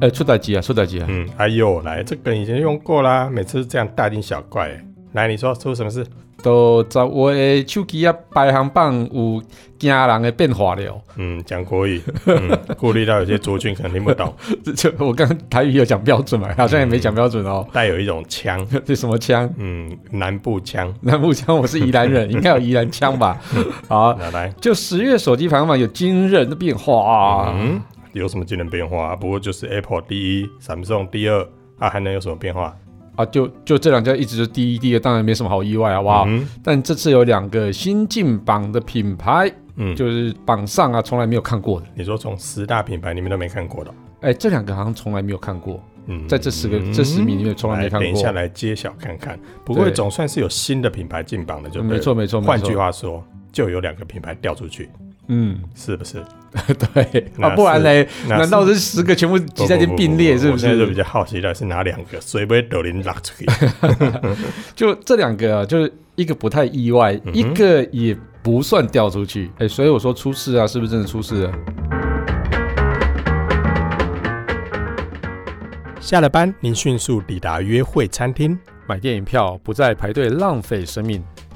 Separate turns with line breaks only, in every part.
哎、出代机啊，出代机啊！
嗯，哎呦，来，这个已经用过啦，每次这样大惊小怪、来，你说出什么事？
都在我的手机啊排行榜有惊人的变化了。
嗯，讲国语， 嗯，顾虑到有些族群可能听不懂，
这就我刚刚台语有讲标
嗯
准嘛，好像也没讲标准哦。
带有一种腔，
这什么 腔？
嗯，南部腔。
南部腔，我是宜兰人，应该有宜兰腔吧？
嗯
好，
那来，
就十月手机排行榜有惊人的变化啊！
嗯，有什么技能变化、啊不过就是 Apple 第一，Samsung 第二，啊，还能有什么变化？
啊，就就这两家一直是第一、第二，当然没什么好意外，好不好？
嗯
但这次有两个新进榜的品牌，
嗯，就
就是榜上啊从来没有看过的。
你说从十大品牌你们都没看过的，
哎，这两个好像从来没有看过，
嗯，
在这十个、这十名里面从来没
来
看过。
等一下来揭晓看看。不过
对
总算是有新的品牌进榜了，就
嗯
对
没
了。
错没错，没错
换句，话说，就有两个品牌掉出去，
嗯，
是不是？
对
那
啊，不然嘞，
那
难道这十个全部
不
挤在一起并列，是
我
不
现在就比
是？
较好奇的是哪两个，谁不会抖音拉 出去？
就这两个啊，就是一个不太意外，
嗯哼
一个也不算掉出去。哎，所以我说出事啊，是不是真的出事了？
下了班，您迅速抵达约会餐厅，
买电影票不再排队浪费生命，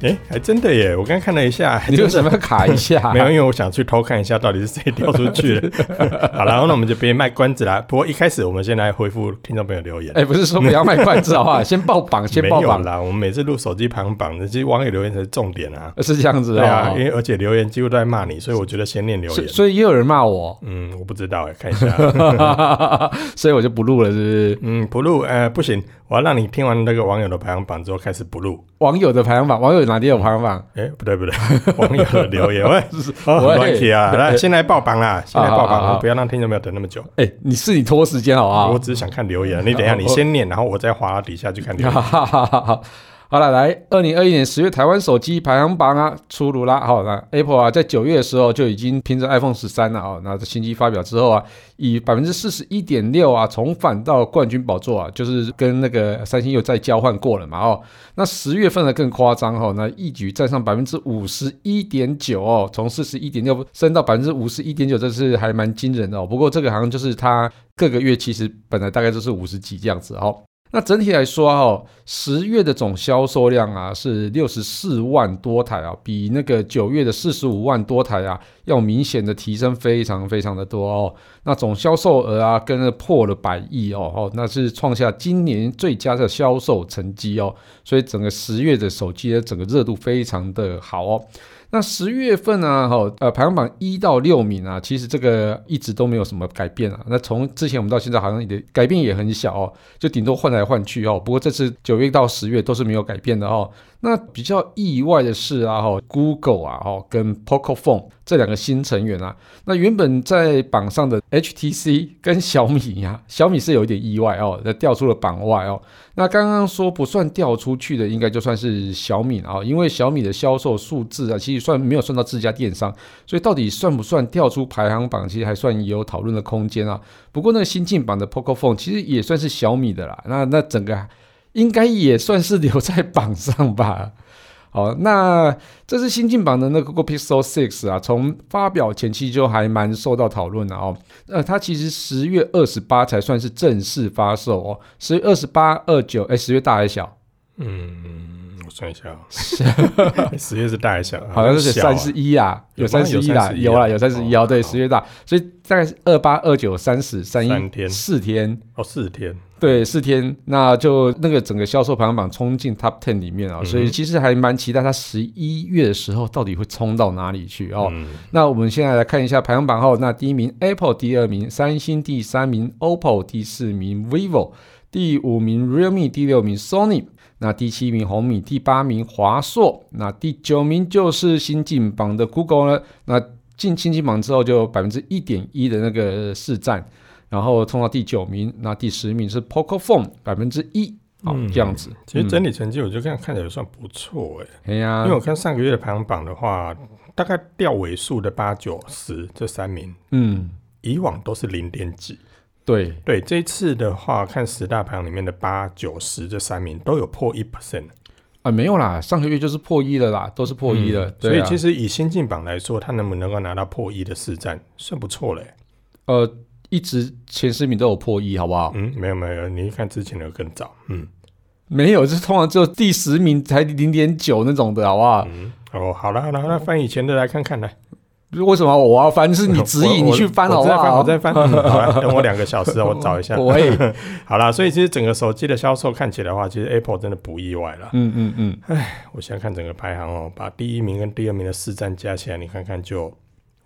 哎、还真的耶！我刚看了一 下，
你为
真的
什么要卡一 下？啊
没有，因为我想去偷看一下到底是谁掉出去 了。好了，那我们就别卖关子啦。不过一开始我们先来回复听众朋友留言。
哎、不是说不要卖关子好不好？先爆 榜，先
没
爆
有
榜，
啦，我们每次录手机排行榜，那些网友留言才是重点啊。
是这样子
对
哦
啊，因为而且留言几乎都在骂你，所以我觉得先念留
所以
言。
所以也有人骂我，
嗯，我不知道哎、看一下。
所以我就不录了，是不是？
嗯，不录，呃，不行，我要让你听完那个网友的排行榜之后开始不录。
网友的排行榜，网友哪里有排行榜？
哎、不对 不对，网友的留言，喂，哦
喂
很乱 题啊，来，先来爆榜啦，先来
好好
爆榜，
好
我不要让听众朋友等那么久。
哎、你是你拖时间好不好
我？只是想看留言，你等一下，你先念，然后我再滑到底下去看留言。
哈哈哈哈哈！ 好了，来，二零二一年十月台湾手机排行榜啊出炉啦。好，那 Apple 啊，在九月的时候就已经凭着 iPhone 十三了哦，那这新机发表之后啊，以百分之四十一点六啊重返到冠军宝座啊，就是跟那个三星又再交换过了嘛哦。那十月份呢更夸张哦，那一举站上百分之五十一点九哦，从四十一点六升到百分之五十一点九，这是还蛮惊人的哦。不过这个好像就是它各个月其实本来大概就是五十几这样子哦。那整体来说哦，十月的总销售量啊是六十四万多台啊，比那个九月的四十五万多台啊要明显的提升，非常非常的多哦。那总销售额啊跟着破了百亿哦哦，那是创下今年最佳的销售成绩哦。所以整个十月的手机的整个热度非常的好哦。那十月份呢、哈、呃，排行榜一到六名啊，其实这个一直都没有什么改变啊。那从之前我们到现在，好像也改变也很小哦。就顶多换来换去哦。不过这次九月到十月都是没有改变的哦。那比较意外的是啊，哈，Google 啊，哦，跟 Poco Phone 这两个新成员啊，那原本在榜上的 HTC 跟小米呀、啊，小米是有一点意外哦，那掉出了榜外哦。那刚刚说不算掉出去的，应该就算是小米了啊、哦，因为小米的销售数字啊，其实算没有算到自家电商，所以到底算不算掉出排行榜，其实还算有讨论的空间啊。不过那个新进榜的 Poco Phone 其实也算是小米的啦，那那整个应该也算是留在榜上吧。 好，那这次新进榜的那个 Google Pixel 6啊，从发表前期就还蛮受到讨论的哦。呃，它其实十月二十八才算是正式发售哦，十月二十八、二九，哎，十月大还是小？
嗯，我算一下、哦， 十月是大还是小？
好像是
小啊
三十一啊，有
有吗
三十一啦，
有31啊
有啦，有三十一
哦
哦，对，
好
十月大，所以大概是二八、二九、三十、三
三
一
天
四天，
哦，四天。
对，四天，那就那个整个销售排行榜冲进 Top Ten 里面啊、
嗯哼
所以其实还蛮期待它十一月的时候到底会冲到哪里去哦。
嗯
那我们现在来看一下排行榜后，那第一名 Apple，第二名三星，第三名 OPPO，第四名 vivo，第五名 Realme，第六名 Sony，那第七名红米，第八名华硕，那第九名就是新进榜的 Google 了。那进新进榜之后就百分之一点一的那个市占，然后冲到第九名。那第十名是 Poco Phone，百分之一。好、
嗯
这样子。
其实
嗯
整体成绩我就看看起来也算不错
哎
哎、
呀
因为，我看上个月的排行榜的话，大概掉尾数的八九十这三名，
嗯，
以往都是零点几。
对，
对，这一次的话，看十大排行里面的八九十这三名都有破一 percent，
啊，没有啦，上个月就是破一的啦，都是破一的。
嗯所
对
以
啊
其实以新进榜来说，他能不能够拿到破一的市占，算不错嘞、
呃，一直前十名都有破一，好不好？
嗯，没有没有，你看之前的更早，嗯
没有，就是通常只有第十名才零点九那种的，好不好？
嗯，哦，好了好了，那翻以前的来看看来。
为什么我要翻？是你指引
我
你去翻，好
我
不好？
我再翻，我再翻。嗯好 啦等我两个小时，我找一下。
我也，嗯
好啦，所以其实整个手机的销售看起来的话，其实 Apple 真的不意外了。
嗯 嗯，
我现在看整个排行哦，把第一名跟第二名的市占加起来，你看看就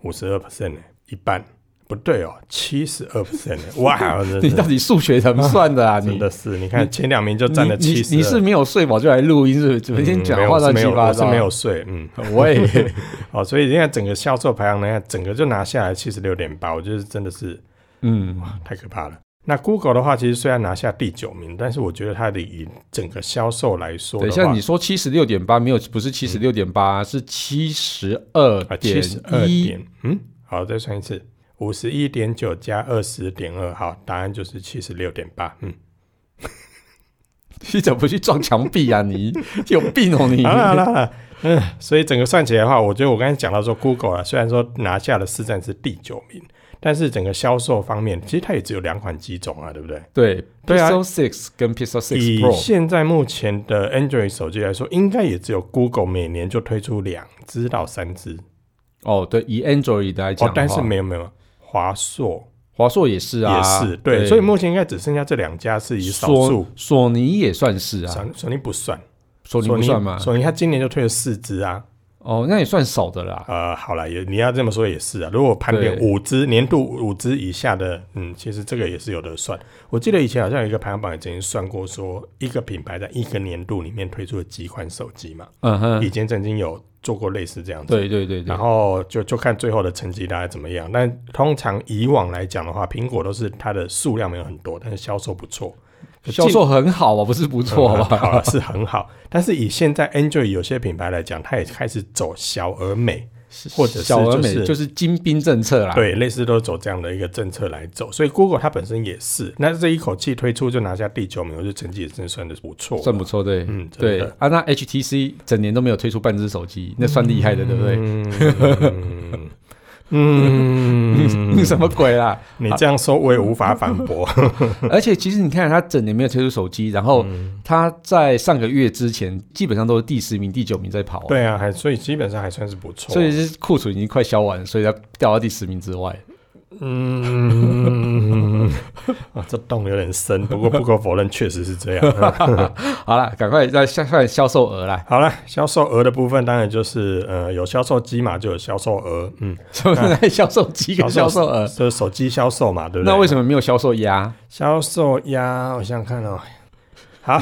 五十二 percent 一半不对哦，七十二 percent 哇，真
你到
的
底数学怎么算的啊？你
真的是，你看前两名就占了
你
七
你
十，
你是没有睡饱就来录音，是不是？
嗯
整天讲
没有
话
我是
乱
没
七
有
八
我是
糟。啊
没有睡，嗯，
我也，
哦，所以现在整个销售排行呢，整个就拿下来七十六点八，我觉得真的是
嗯，
太可怕了。那 Google 的话，其实虽然拿下第九名，但是我觉得它的以整个销售来说
等
的
一
话，
下，你说七十六点八没有，不是七十六点八，是七十二
啊七
点
十二
一。
点，嗯，好，再算一次，五十一点九加二十点二，好，答案就是七十六点八，嗯，
你怎么不去撞墙壁啊？你 有病哦你！
好了好了好了，嗯，所以整个算起来的话，我觉得我刚才讲到说 Google 啊，虽然说拿下的市占是第九名，但是整个销售方面，其实它也只有两款机种啊，对不对？
对
对啊
Pixel Six 跟 Pixel Six
以
Pro，
现在目前的 Android 手机来说，应该也只有 Google 每年就推出两只到三只
哦，对，以 Android 来讲
哦
的话，，
但是没有没有华硕
华硕也是啊，
也是对，所以目前应该只剩下这两家是以少
索
数，
索尼也算是啊，
索索尼不算，
索尼不算吗？
索尼它今年就推了四只啊，
哦，那也算少的啦。
呃，好了，也你要这么说也是啊，如果盘点
对
五只年度五只以下的，嗯，其实这个也是有的算。我记得以前好像有一个排行榜也曾经算过说一个品牌在一个年度里面推出了几款手机嘛，
嗯哼，
以前曾经有做过类似这样子。
对对对对
然，后就就看最后的成绩大概怎么样。但通常以往来讲的话，苹果都是它的数量没有很多，但是销售不错，
销售很好啊，不是不
不
错好吧？
嗯好了是很好。但是以现在 Android 有些品牌来讲，它也开始走小而美，或 者是
小而
就
美
是
就是精兵政策啦。
对，类似都走这样的一个政策来走。所以 Google 它本身也是，那这一口气推出就拿下第九名，我觉得成绩也真的算的不错。
算不错，对，
嗯，真
对
的。
啊，那 HTC 整年都没有推出半只手机，那算厉害的，对不对？
嗯 嗯，
什么鬼啦？
你这样说我也无法反 驳。
而且其实你看，它整年没有推出手机，然后
嗯
它在上个月之前基本上都是第十名、第九名在跑，，
对啊，还所以基本上还算是不错。
所以是库存已经快消完了，所以它掉到第十名之外。
嗯， 啊，这洞有点深，不过不可否认，确实是这样。
好了，赶快再下看销售额 啦，
好了，销售额的部分当然就是呃，有销售机嘛，就有销售额，嗯，
什么在销售机跟销售额？
就是手机销售嘛，对不对？
那为
么
什么没有销售压？
销售压？我想想看哦， 好，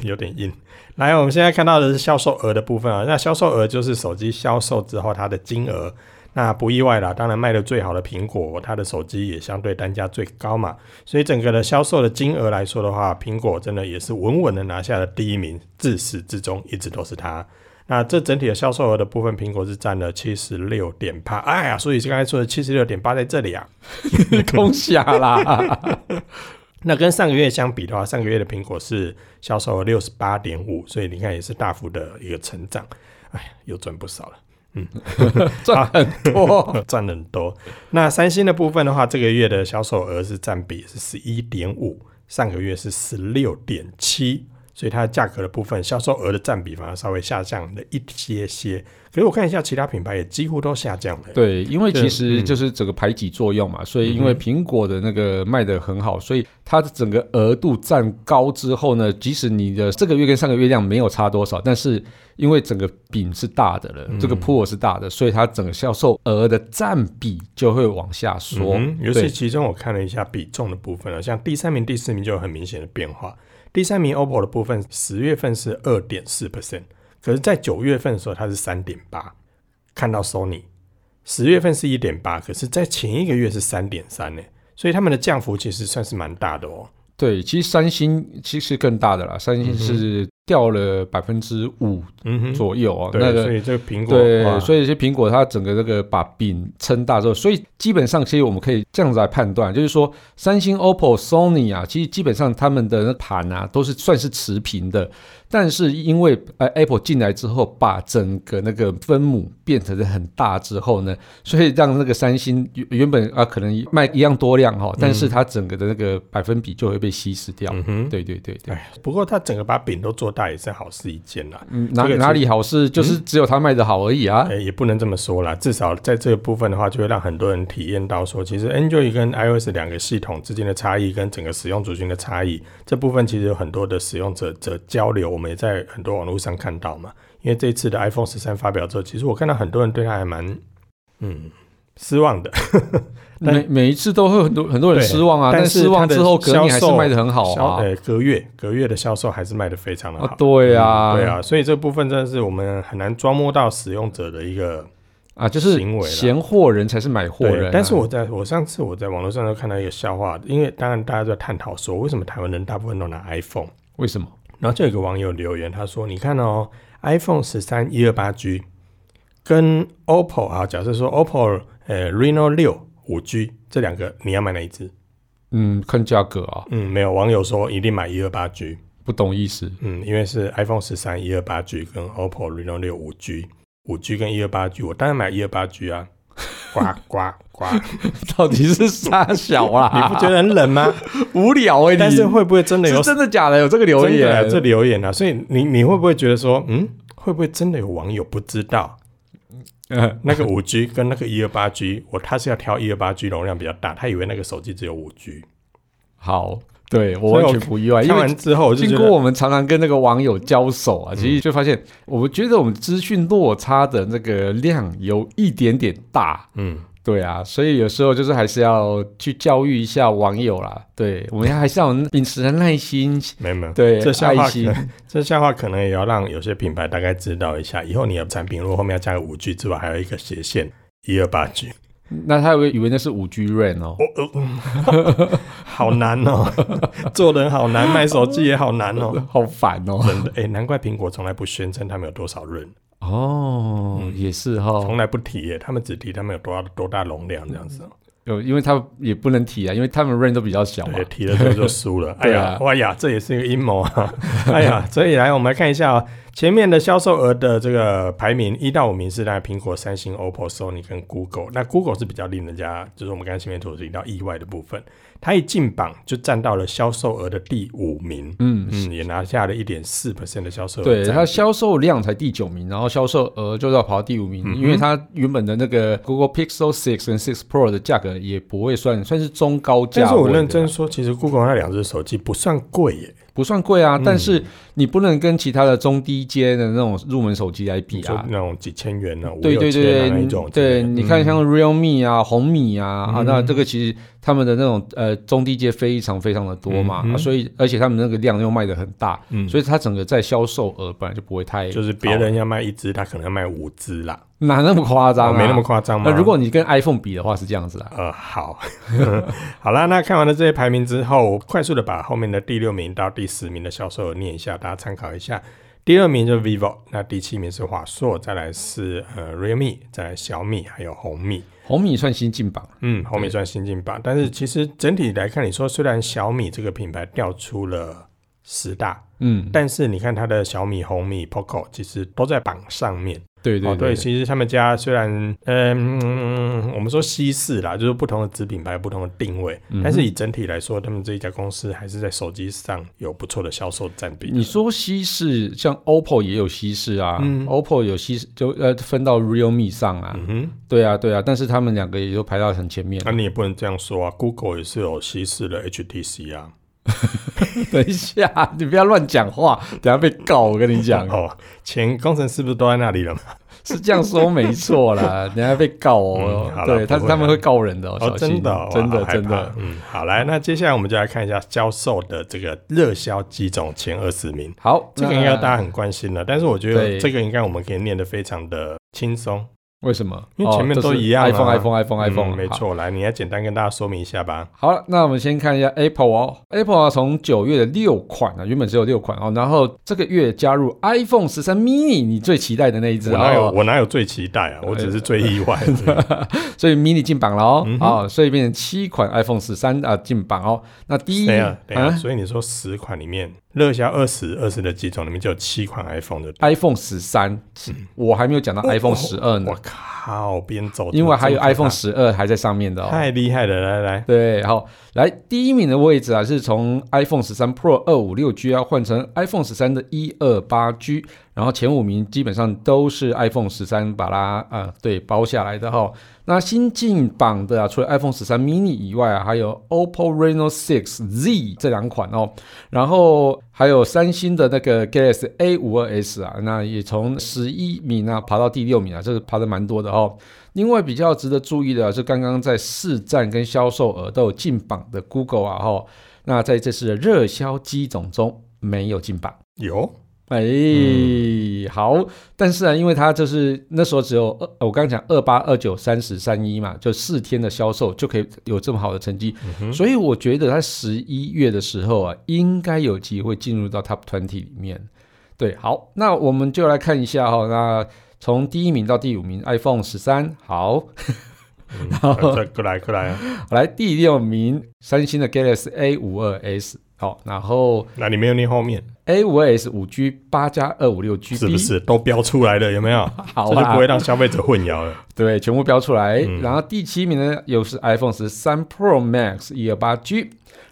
有点硬。来，我们现在看到的是销售额的部分啊，那销售额就是手机销售之后它的金额。那不意外啦，当然卖的最好的苹果，它的手机也相对单价最高嘛，所以整个的销售的金额来说的话，苹果真的也是稳稳的拿下了第一名，自始至终一直都是它。那这整体的销售额的部分，苹果是占了七十六点八，哎呀，所以是刚才说的七十六点八在这里啊。
空下啦，
那跟上个月相比的话，上个月的苹果是销售额六十八点五，所以你看也是大幅的一个成长，哎，又赚不少了。嗯啊
赚很 多。
赚得很多。那三星的部分的话，这个月的销售额是占比是十一点五，上个月是十六点七，所以它的价格的部分，销售额的占比反而稍微下降了一些些。可是我看一下其他品牌也几乎都下降了。
对，因为
对
其实嗯
嗯
就是整个排挤作用嘛，所以因为苹果的那个卖的很好，所以它的整个额度占高之后呢，即使你的这个月跟上个月量没有差多少，但是因为整个饼是大的了，这个 pool 是大的，所以它整个销售额的占比就会往下缩。
嗯哼尤其
对，
其中我看了一下比重的部分啊，像第三名、第四名就有很明显的变化。第三名 OPPO 的部分，十月份是二点四 percent，可是，在九月份的时候它是三点八，看到 Sony，十月份是一点八，可是，在前一个月是三点三呢，所以他们的降幅其实算是蛮大的哦。
对，其实三星其实更大的啦，三
嗯
星
哼
是掉了百分之五
嗯哼，
左右哦，
对，
那
所
个。
以这个苹果，
对，
哇
所以是苹果它整个这个把饼撑大之后，所以基本上其实我们可以这样子来判断，就是说三星、OPPO、Sony 啊，其实基本上他们的那盘啊都是算是持平的，但是因为呃 Apple 进来之后，把整个那个分母变成得很大之后呢，所以让那个三星原原本啊可能卖一样多量哈、但是它整个的那个百分比就会被稀释掉。
嗯哼，
对对对对，
哎，不过它整个把饼都做大也是好事一件啊啦。
嗯，哪
这个嗯
哪里好是就是只有它卖的好而已啊。
哎，也不能这么说啦，至少在这个部分的话，就会让很多人体验到说，其实 Android 跟 iOS 两个系统之间的差异，跟整个使用族群的差异，这部分其实有很多的使用者者交流，我们也在很多网络上看到嘛。因为这一次的 iPhone 十三发表之后，其实我看到很多人对它还蛮嗯失望的，但
每每一次都会很多很多人
对
失望啊，
但
但
是
失望
它的
之后隔年还
销
是
售
卖的很好
销
啊。
呃隔月隔月的销售还是卖的非常的好。
啊，对啊，
对，啊，所以这部分真的是我们很难装摸到使用者的一个
啊，就是
行为啦
闲货人才是买货人
对
啊。，
但是我在我上次我在网络上都看到一个笑话，因为当然大家都在探讨说，为什么台湾人大部分都拿 iPhone，
为什么？
然后就有一个网友留言，他说：“你看哦，iPhone 十三一二八 G 跟 OPPO 啊，假设说 OPPO 呃 Reno 六五 G 这两个，你要买哪一只？
嗯，看价格啊，
嗯，没有网友说一定买一二八 G，
不懂意思。
嗯，因为是 iPhone 十三一二八 G 跟 OPPO Reno 六五 G，五 G 跟一二八 G，我当然买一二八 G 啊，呱呱 呱！
到底是傻小啦？
你不觉得很冷吗？
无聊 哎、你
但是会不会真的有
是真的假的？有这个留
真的啊
言？
这留言啊，所以你你会不会觉得说，嗯，会不会真的有网友不知道
嗯
那个五 G 跟那个一二八 G，我他是要挑一二八 G 容量比较大，他以为那个手机只有五 G。
好，对我
所
完
以我
全不 意外，啊因
看
为
完之后我就
经
觉
过
得，嗯
我们常常跟那个网友交手啊，其实就发现，我们觉得我们资讯落差的那个量有一点点大。
嗯，
对啊，所以有时候就是还是要去教育一下网友啦。对，我们还是要秉持着耐心，
没有没有，
对，
这笑
爱
话
心
可。 这笑话可能也要让有些品牌大概知道一下，以后你的产品如果后面要加个五 G 之外，还有一个斜线一二八 G，
那他会以为那是五 G RAM 哦。
我呃嗯好难 哦，做人好难，卖手机也好难哦。
好烦哦！
真的，哎、难怪苹果从来不宣称他们有多少润，
哦，也是哈、
从来不提耶，他们只提他们有多大多大容量这样
嗯
子，
有因为他也不能提啊，因为他们 RAM 都比较小嘛
对，。提了之后就 输了。哎
对
呀
啊，
哎呀，这也是一个阴谋啊！ 哎呀，所以来我们来看一下、哦、前面的销售额的这个排名，一到五名是大概苹果、三星、OPPO、Sony 跟 Google。那 Google 是比较令人家，就是我们刚才前面所提到意外的部分，它一进榜就占到了销售额的第五名，
嗯，
嗯，也拿下了一点四 percent 的销售额占
对，
比，
它销售量才第九名，然后销售额就要跑到第五名，
嗯哼
因为它原本的那个 Google Pixel 6跟6 Pro 的价格也不会算，算是中高价位的
但
啦。
是我认真说，其实 Google 那两只手机不算贵耶，
不算贵啊，
嗯
但是你不能跟其他的中低阶的那种入门手机来比
就
啊。
那种几千元呢、啊，五
对
六
对
千
对
啊那一种
对，
之
对
类的
你看像 realme 啊、红米啊、啊，
嗯
那这个其实他们的那种呃中低阶非常非常的多嘛，
嗯哼
啊所以而且他们那个量又卖的很大，
嗯，
所以它整个在销售额本来就不会太
就是别人要卖一只，他可能要卖五只啦，
哪那么夸张、
哦
啊，
没那么夸张吗？
那如果你跟 iPhone 比的话是这样子啊，
呃好， 好啦，那看完了这些排名之后，我快速的把后面的第六名到第十名的销售额念一下，大家参考一下。第二名就是 vivo，那第七名是华硕，再来是呃 realme，再来小米，还有红米。
红米算新进榜，
嗯，红米算新进榜，但是其实整体来看，你说虽然小米这个品牌调出了十大，
嗯，
但是你看它的小米、红米、POCO 其实都在榜上面。
对对
哦，对，其实他们家虽然呃嗯，我们说稀释啦，就是不同的子品牌、不同的定位，
嗯哼
但是以整体来说，他们这一家公司还是在手机上有不错的销售占比的。
你说西式，像 OPPO 也有西式啊、
嗯
o p p o 有西式就呃分到 realme 上啊，
嗯哼，
对啊对啊，但是他们两个也都排到很前面
那、。你也不能这样说啊，Google 也是有稀释的 HTC 啊。
等一下，你不要乱讲话，等下被告。我跟你 讲，
哦，前工程师不是都在那里了吗？
是这样说没错啦，等下被告哦
嗯。好啦
对，他
不会
他
啦
们会告人的哦，小心
真的哦，
真
哇
的
好害
真
怕
的。
嗯，好来，那接下来我们就来看一下销售的这个热销机种前二十名，
好，
这个
那
应该大家很关心了，但是我觉得
对
这个应该我们可以念得非常的轻松，
为什么？
因为前面
哦这
都
是
一样啊
iPhone，iPhone，iPhone，iPhone、iPhone iPhone
嗯
iPhone，
没
好。
错。来，你来简单跟大家说明一下吧。
好了，那我们先看一下 Apple 哦，Apple 啊，从九月的六款啊，原本只有六款哦，然后这个月加入 iPhone 十三 mini，你最期待的那一只
我哪有
哦，
我哪有最期待啊？我只是最意外而已。
所以 mini 进榜了哦，
嗯哼
哦，所以变成七款 iPhone 十三啊进榜哦。那第 一
等一下，等一下，
啊
所以你说十款里面热销二十二十的几种里面就有七款 iPhone 的。
，iPhone 十三，我还没有讲到 iPhone 十二呢
嗯我，靠，边走
因为还有
这么可怕
iPhone 十二还在上面的哦。
太厉害了！来来，
对，好，来第一名的位置啊，是从 iPhone 十三 Pro 二五六 G 啊换成 iPhone 十三的一二八 G，然后前五名基本上都是 iPhone 十三把它呃对包下来的哈、那新进榜的啊，除了 iPhone 十三 mini 以外啊，还有 OPPO Reno 6 Z 这两款哦，然后还有三星的那个 Galaxy A 5 2 S 啊，那也从十一名啊爬到第六名啊，这个爬的蛮多的哦。另外比较值得注意的啊是，刚刚在市占跟销售额都有进榜的 Google 啊，哈，那在这次的热销机种中没有进榜。
有
哎，好，但是啊，因为它就是那时候只有二，呃我刚刚讲二八、二九、三十、三一嘛，就四天的销售就可以有这么好的成绩，
嗯
所以我觉得它十一月的时候啊，应该有机会进入到 Top Twenty 里面。对，好，那我们就来看一下哈、那从第一名到第五名，iPhone 十三，好，
嗯，啊再过来过来啊，
来第六名，三星的 Galaxy A 5 2 S，好，然后
那你没有念后面
A 5 2 S 5 G 八加二五六 G，
是不？是都标出来了？有没有？
好
这就
啦
不会让消费者混淆 了。
对，全部标出来。
嗯
然后第七名呢，又是 iPhone 十三 Pro Max 一二八 G，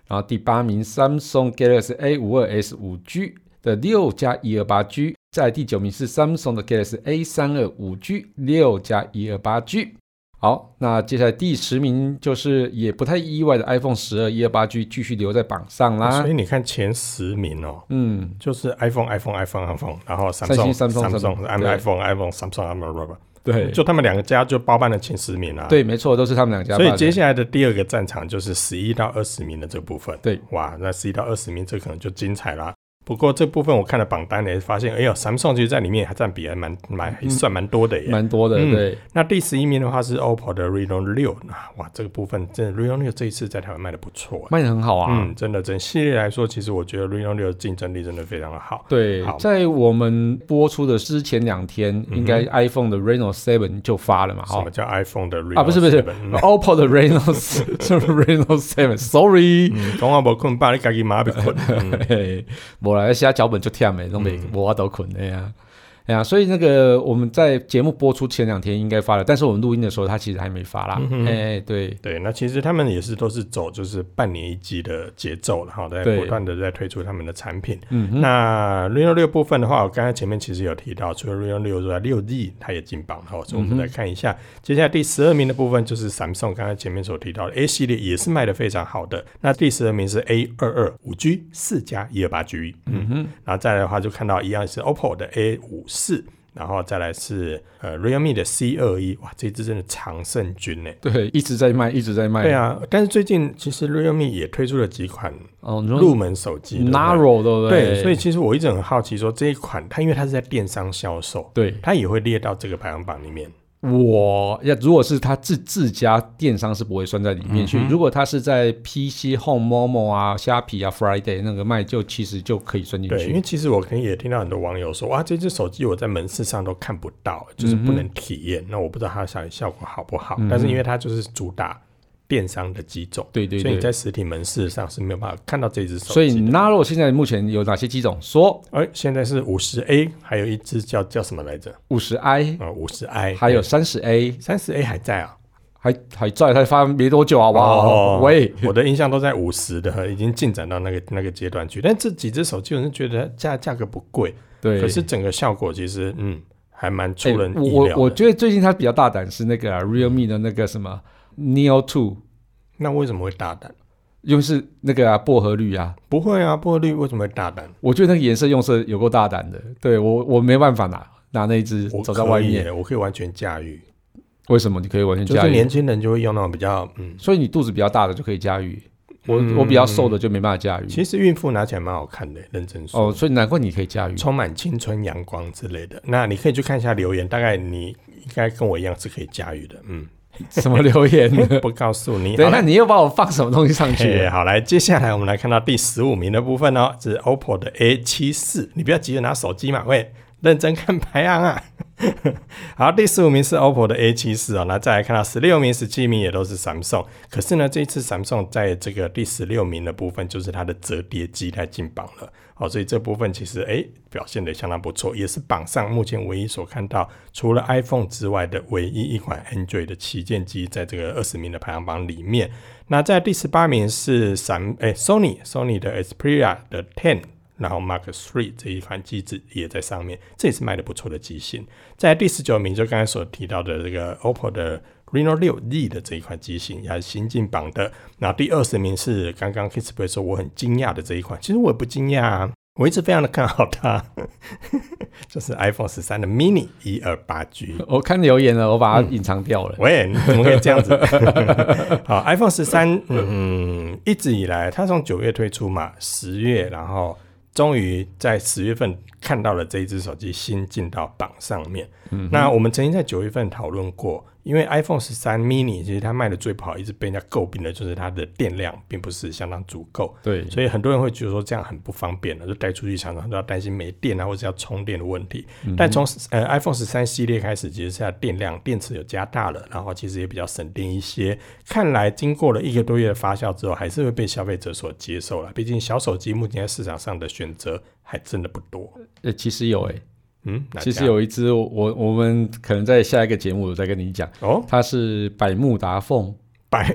然后第八名 Samsung Galaxy A 五二 S 五 G 的六加一二八 G，在第九名是 Samsung 的 Galaxy A 三二五 G 六加一二八 G。好，那接下来第十名就是也不太意外的 iPhone 十二一二八 G 继续留在榜上啦
哦所。以你看前十名哦，
嗯，
就是 iPhone、iPhone、iPhone、iPhone，然后
三星
Samsung、
Samsung
Samsung、
对
iPhone、iPhone、Samsung、iPhone，
对，
就他们两个家就包办了前十名啊。，
对，没错，都是他们两家霸
所
的。
以接下来的第二个战场就是十一到二十名的这个部分。
对，
哇，那十一到二十名这可能就精彩啦。不过这部分我看了榜单呢，发现哎呦，Samsung 其实在里面还占比还蛮蛮还算蛮多的耶。
嗯蛮多的，
嗯
对，
那第十一名的话是 OPPO 的 Reno 六，啊，哇，这个部分真的 Reno 六这一次在台湾卖的不错、
卖的很好啊。
嗯，真的整系列来说，其实我觉得 Reno 六的竞争力真的非常的好。
对
好，
在我们播出的之前两天，应
嗯
该 iPhone 的 Reno 7就发了嘛，
什
哈
么。叫 iPhone 的 Reno
啊，不是不是
7嗯
，OPPO 的 Reno 是 Reno 7，Sorry，
嗯，讲话无困饱，你家己马被 困。嗯
嘿无啦，写脚本就忝诶，拢袂无法度困诶呀。哎呀，所以那个我们在节目播出前两天应该发了，但是我们录音的时候它其实还没发啦。
嗯
哎，对，
对，那其实他们也是都是走就是半年一季的节奏，然后在
对
不断的在推出他们的产品。
嗯哼，
那 Reno 六部分的话，我刚才前面其实有提到，除了 Reno 六之外，六 D 它也进榜了，所以
嗯
我们来看一下，接下来第十二名的部分就是 Samsung 刚才前面所提到的 A 系列也是卖的非常好的。那第十二名是 A 二二五 G 四加一二八 G，嗯哼，然后再来的话就看到一样是 OPPO 的 A 五四。然后再来是呃 Realme 的 C 二一，哇，这支真的常胜军呢。
对，一直在卖，一直在卖。
对啊，但是最近其实 Realme 也推出了几款
哦，你说哎
入门手机对不对
Narrow 对不
对，所
以
以其实我一直很好奇，说这一款它因为它是在电商销售，
对
它也会列到这个排行榜里面。
我要如果是他自自家电商是不会算在里
嗯
面去，如果他是在 PC Home、Momo 啊、虾皮啊、Friday 那个卖，就其实就可以算进
对，因为
去。
其实我可能也听到很多网友说，哇，这只手机我在门市上都看不到，
嗯
就是不能体验。那我不知道它的效效果好不好，但是因为它就是主打电商的机种，
对对
所以你
对，
在实体门市上是没有办法看到这只手机的。
所以 Naro 现在目前有哪些机种？说
而现在是五十 A，还有一只叫叫什么来着？
五十 I，
啊、五十 I，
还有三十 A，
三十 A 还在啊。
还还在，才发没多久好不好？
哦
喂，
我的印象都在五十的，已经进展到那个那个阶段去。但这几只手机，我是觉得价价格不贵，
对，
可是整个效果其实嗯还蛮出
哎
人
我
意
我
料
我
的。
觉得最近他比较大胆是那个啊 Realme 的那个什么 Neo Two，
那为什么会大胆？
又是那个啊薄荷绿啊，
不会啊，波绿为什么会大胆？
我觉得那个颜色用色有够大胆的，对我我没办法拿拿那一只
我
走到外
可以
面，
耶，我可以完全驾驭。
为什么你可以完全
就
驾
是
驭？
年轻人就会用那种比较嗯，
所以你肚子比较大的就可以驾驭，我、
嗯
我比较瘦的就没办法驾驭。
其实孕妇拿起来蛮好看的，认真说。
哦，所以难怪你可以驾驭。
充满青春阳光之类的，那你可以去看一下留言，大概你应该跟我一样是可以驾驭的，嗯，
什么留言？
不告诉 你。
等一
好
下，你又把我放什么东西上去
哎
了？
好来，接下来我们来看到第十五名的部分哦，是 OPPO 的 A 七四。你不要急着拿手机嘛，喂，认真看排行啊。 好，第十五名是 OPPO 的 A 七四哦，那再来看到十六名、十七名也都是 Samsung，可是呢，这一次 Samsung 在这个第十六名的部分，就是它的折叠机来进榜了。好，所以这部分其实诶表现得相当不错，也是榜上目前唯一所看到除了 iPhone 之外的唯一一款 Android 的旗舰机，在这个二十名的排行榜里面。那在第十八名是闪诶 Sony Sony 的 Xperia 的 Ten，然后 Mark Three 这一款机子也在上面，这也是卖的不错的机型。在第十九名就刚才所提到的这个 OPPO 的 Reno 六 Z 的这一款机型也是新进榜的。那第二十名是刚刚 Kissplay 说我很惊讶的这一款，其实我也不惊讶啊。我一直非常的看好它， 就是 iPhone 十三的 mini 一二八 G。
我看留言了，我把它隐藏掉了。
喂，你怎么可以这样子？ 好，iPhone 十三，嗯，一直以来，它从九月推出嘛，十月，然后终于在十月份看到了这一只手机新进到榜上面。那我们曾经在九月份讨论过，因为 iPhone 十三 mini 其实它卖的最不好，一直被人家诟病的就是它的电量并不是相当足够。
对，
所以很多人会觉得说这样很不方便了，就带出去常常都要担心没电啊，或者要充电的问题。
嗯
但从呃 iPhone 十三系列开始，其实它的电量电池有加大了，然后其实也比较省电一些。看来经过了一个多月的发酵之后，还是会被消费者所接受了。毕竟小手机目前在市场上的选择还真的不多。
呃，其实有诶、
嗯，哪
其实
家
有一只我我我们可能在下一个节目我再跟你讲，
哦，
它是百慕达凤。
百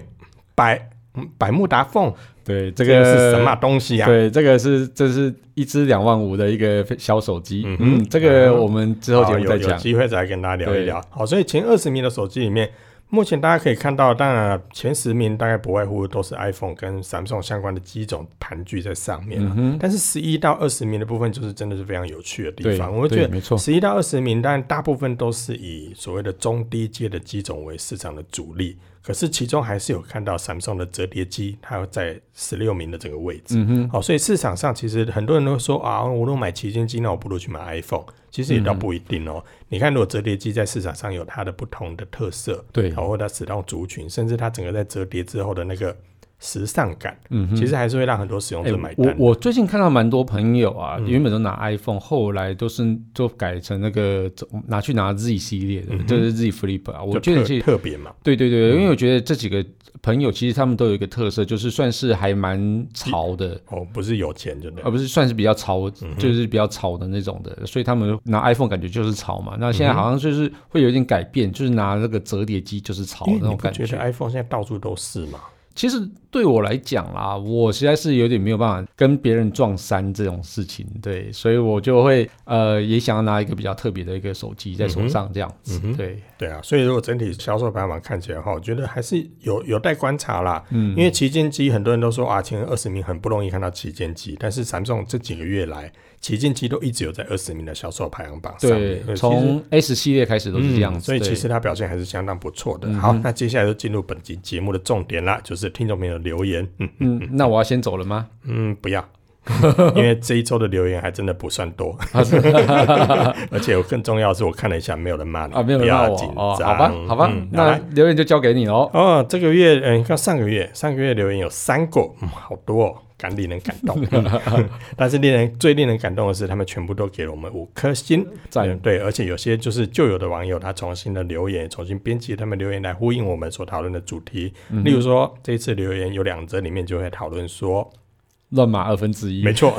百嗯百慕达凤，
对，这
这个是什么
个
东西啊？
对，这个是这是一只两万五的一个小手机。
嗯哼
嗯，这个
嗯
我们之后节
好
目
有
再
有
讲。
机会再跟大家聊一聊。好，所以前二十名的手机里面，目前大家可以看到，当然前十名大概不外乎都是 iPhone 跟 Samsung 相关的机种盘踞在上面了。
嗯
但是十一到二十名的部分，就是真的是非常有趣的地
对，
方。我会
对
觉得
没错。
十一到二十名，但大部分都是以所谓的中低阶的机种为市场的主力。可是其中还是有看到 Samsung 的折叠机，它在十六名的这个位置。
嗯哼，
好、所以市场上其实很多人都说啊，我如果买旗舰机，那我不如去买 iPhone。其实也倒不一定哦。你看，如果折叠机在市场上有它的不同的特色，
对，
好、或它使用族群，甚至它整个在折叠之后的那个时尚感，
嗯哼。
其实还是会让很多使用
哎
者买单。
我我最近看到蛮多朋友啊，
嗯
原本都拿 iPhone，后来都是都改成那个拿去拿 Z 系列的，
嗯哼
就是 Z Flip 啊。我
就
觉得
特
其实
特嗯别嘛，
对对对，因为我觉得这几个朋友其实他们都有一个特色，就是算是还蛮潮的，
哦，不是有钱就对
而。不是算是比较
嗯
潮，就是比较潮的那种的，所以他们拿 iPhone 感觉就是潮嘛。那现
嗯
在好像就是会有点改变，就是拿那个折叠机就是潮的
因为
那
你
种
不
感
觉
觉
得。iPhone 现在到处都是嘛？
其实对我来讲啦，我实在是有点没有办法跟别人撞衫这种事情，对，所以我就会呃也想要拿一个比较特别的一个手机在
嗯
手上这样子，对，
对啊，所以如果整体销售排行榜看起来的话，我觉得还是有有待观察啦。嗯，因为旗舰机很多人都说啊，前二十名很不容易看到旗舰机，但是 Samsung 这几个月来，旗舰机都一直有在二十名的销售排行榜上面。呃
对，从 S 系列开始都
都
是这样子，
嗯所以
对嗯
其实它表现还是相当不错的。好，那接下来就进入本集节目的重点啦，就是听众朋友的留言。嗯
嗯，那我要先走了吗？
嗯，不要。因为这一周的留言还真的不算多，
啊
而且我更重要的是，我看了一下，没有人骂你
啊，没有
不
人骂
要
我
紧
哦，
张
好吧，好吧，
嗯好
那
来
留言就交给你喽。
哦，这个月，嗯，你看上个月，上个月留言有三个，嗯，好多、哦，感令人感 动。嗯但是令人最令人感动的是，他们全部都给了我们五颗星，
赞
嗯对，而且有些就是旧有的网友，他重新的留言，重新编辑他们留言来呼应我们所讨论的主题。
嗯
例如说，这一次留言有两则里面就会讨论说，
乱码二分之一
没。错，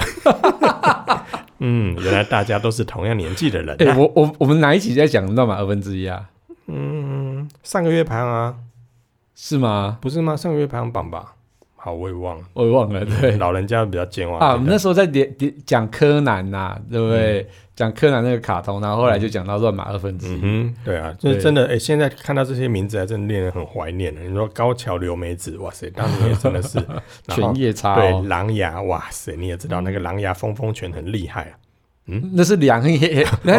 嗯，原来大家都是同样年纪的人、
哎、
啊。
我我我们哪一集在讲乱码二分之一啊？
嗯，上个月排行啊，
是吗？
不是吗？上个月排行榜吧？哎好，我也忘了。
我也忘了。对
老人家比较嗯健忘
啊，我
这
们
个
那时候在连连讲柯南呐、对不对？讲、柯南那个卡通，然后后来就讲到乱码二分之一。
嗯嗯哼，对啊，就是
对
真的，哎、现在看到这些名字，还真的令人很怀念了。你说高桥留美子，哇塞，当年也真 的是，然后
犬夜叉、
对
哦，
狼牙，哇塞，你也知道那个狼牙风风拳很厉害啊。嗯，
那是两 页，那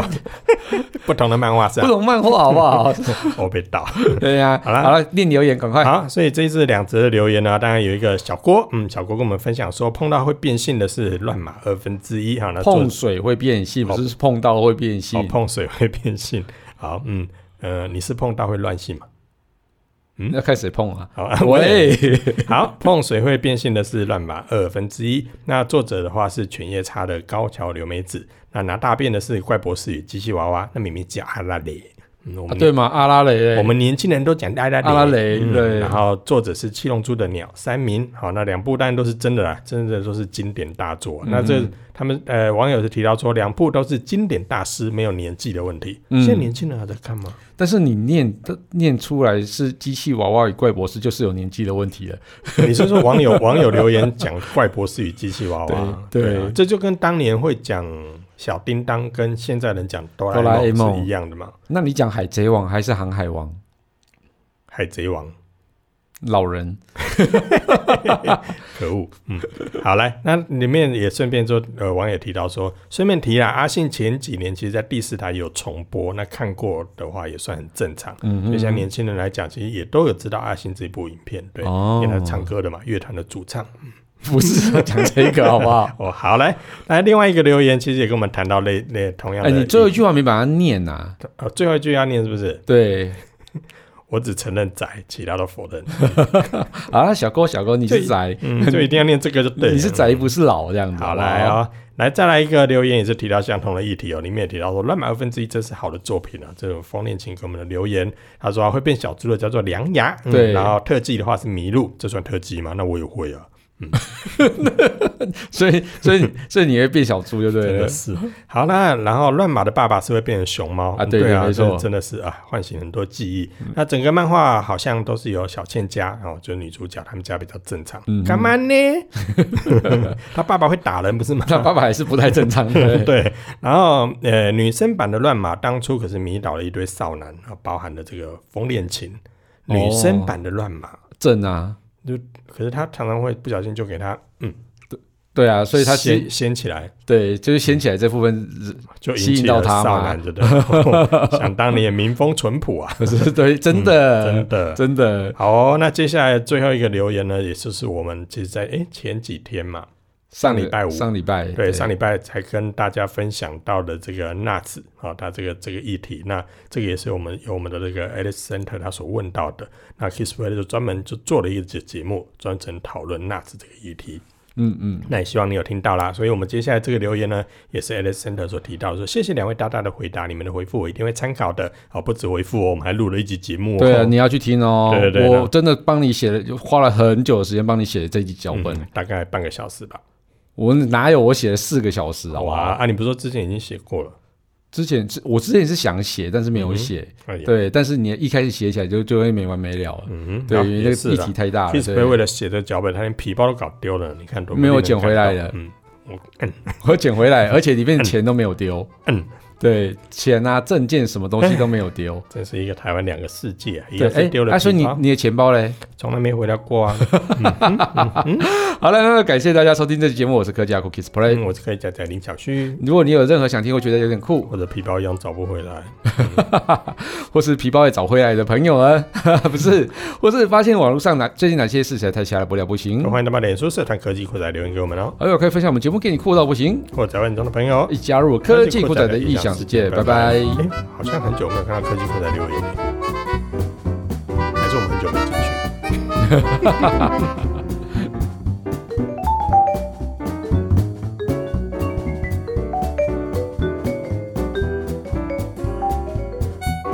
不同的漫画是啊
不懂漫画好不 好？
我被盗。
对呀、
好啦
好了，念留言，赶快。
好，所以这一次两则的留言呢，当然有一个小郭，嗯，小郭跟我们分享说，碰到会变性的是乱码二分之一，哈，那作
碰水会变性，不是碰到会变
哦
性。
碰水会变性，好，嗯，呃，你是碰到会乱性嘛？嗯
那看谁碰啊？
好，
喂，
好，碰水会变性的是乱码二分之一。那作者的话是犬夜叉的高桥留美子。那拿大便的是怪博士与机器娃娃。那明明叫阿拉蕾，嗯，我
啊
们、
对吗？阿拉蕾哎嘞，
我们年轻人都讲阿拉蕾。
阿拉蕾对
嗯然后作者是七龙珠的鸟三明。好，那两部当然都是真的啦，真的都是经典大作。
嗯
那这他们呃网友是提到说，两部都是经典大师，没有年纪的问题。
嗯
现在年轻人还在看吗？
但是你念念出来是机器娃娃与怪博士，就是有年纪的问题了。
你是 说网友网友留言讲怪博士与机器娃娃？
对对
啊这就跟当年会讲小叮当跟现在人讲哆
哆啦
啦 A
A 梦
梦是一样的嘛？
那你讲海贼王还是航海王？
海贼王，
老人
可恶。嗯，好来，那里面也顺便说，呃，网友提到说，顺便提啦，啊阿信前几年其实在第四台有重播，那看过的话也算很正常。
嗯
所以像年轻人来讲，其实也都有知道阿信这部影片，对，
哦
因为他是唱歌的嘛，乐团的主唱。
不是要讲这个好不 好？
哦，好来，来另外一个留言，其实也跟我们谈到类类同样
哎，
的议题。
你最后一句话没把它念呐、啊？
呃，最后一句要念是不是？
对，
我只承认宅，其他都否认。
好啦，小郭小郭，你是
对
宅，
嗯，就一定要念这个就对 了。
你是宅不是老这样
嗯。
子。
好，来
不，
哦，来再来一个留言，也是提到相同的议题哦。里面也提到说，乱码二分之一真是好的作品啊。这种封恋情给我们的留言，他说、啊、会变小猪的叫做梁牙，嗯
对
然后特技的话是麋鹿，这算特技吗？那我也会啊，
所以所以所以你会变小猪就对
真
了
的。是。好啦，然后乱码的爸爸是会变成熊猫
啊
嗯
对
对啊，
没
这
错嗯
真的是啊，唤醒很多记忆。那整个漫画好像都是由小倩家，然后就是女主角他们家比较正常。
嗯
干嘛呢？ 他爸爸会打人不是吗？
那爸爸还是不太正常的。
对，然后呃，女生版的乱马当初可是迷倒了一堆少男啊，包含了这个风恋情。
哦
女生版的乱马，
正啊，
可是他常常会不小心就给他，嗯，
对啊，所以他
掀
先
掀起来，
对，就是掀起来这部分
就
吸
引
引
起
到
了
他
少
嘛
男，对 不对？ 想当年民风淳朴啊，
是 对，真的
嗯真的。
真的
好哦、那接下来最后一个留言呢，也就是我们其实在诶前几天嘛，
上
礼拜五
上礼拜
对，上礼拜才跟大家分享到的这个纳子啊，他这个这个议题，那这个也是我们由我们的这个 Alice Center 他所问到的，那 Kissplay 就专门就做了一节节目，专程讨论纳子这个议题。
嗯嗯，
那也希望你有听到啦，所以我们接下来这个留言呢，也是 Alice Center 所提到的说，谢谢两位大大的回答，你们的回复我一定会参考的。好，不止回复哦，我们还录了一集节目、哦。
对啊，你要去听哦。
对对对那
我真的帮你写了，花了很久的时间帮你写这集脚本，
嗯，大概半个小时吧。
我哪有我写了四个小时好不
哇，
好？
啊，你不是说之前已经写过了？
之前我之前是想写，但是没有写。
哎呀，
对，但是你一开始写起来就就会没完没了了，
嗯哼，
对，
啊
因为
也
那
是
个议
啦
题太大了，
Kiss 贝
啊对，
为了写这脚本，他连皮包都搞丢了，你看多么
没有
令人
捡回
感
来
动
的
嗯
我捡回来，而且里面钱都没有丢，
嗯，
对，钱啊、证件什么东西都没有丢，
真是一个台湾两个世界啊！一
对，
个哎是丢了
哎，所以
皮
你
包，
你的钱包嘞？
从来没回来过 啊。
好了，那感谢大家收听这期节目，我是科技阿酷 Kiss Play。
嗯我是可以讲讲林小旭，
如果你有任何想听，我觉得有点酷，
我的皮包一样找不回来。
或是皮包也找回来的朋友啊， 不是，或是发现网络上哪最近哪些事实在太瞎了不了不行，
欢迎他把脸书社团科技或者留言给我们哦，
而且可以分享我们节目给你酷到不行，
或者台湾中的朋友。哦
一起加入科技酷仔的异想世界，拜拜。
哎，好像很久没有看到科技酷仔留言了，还是我们很久没进去。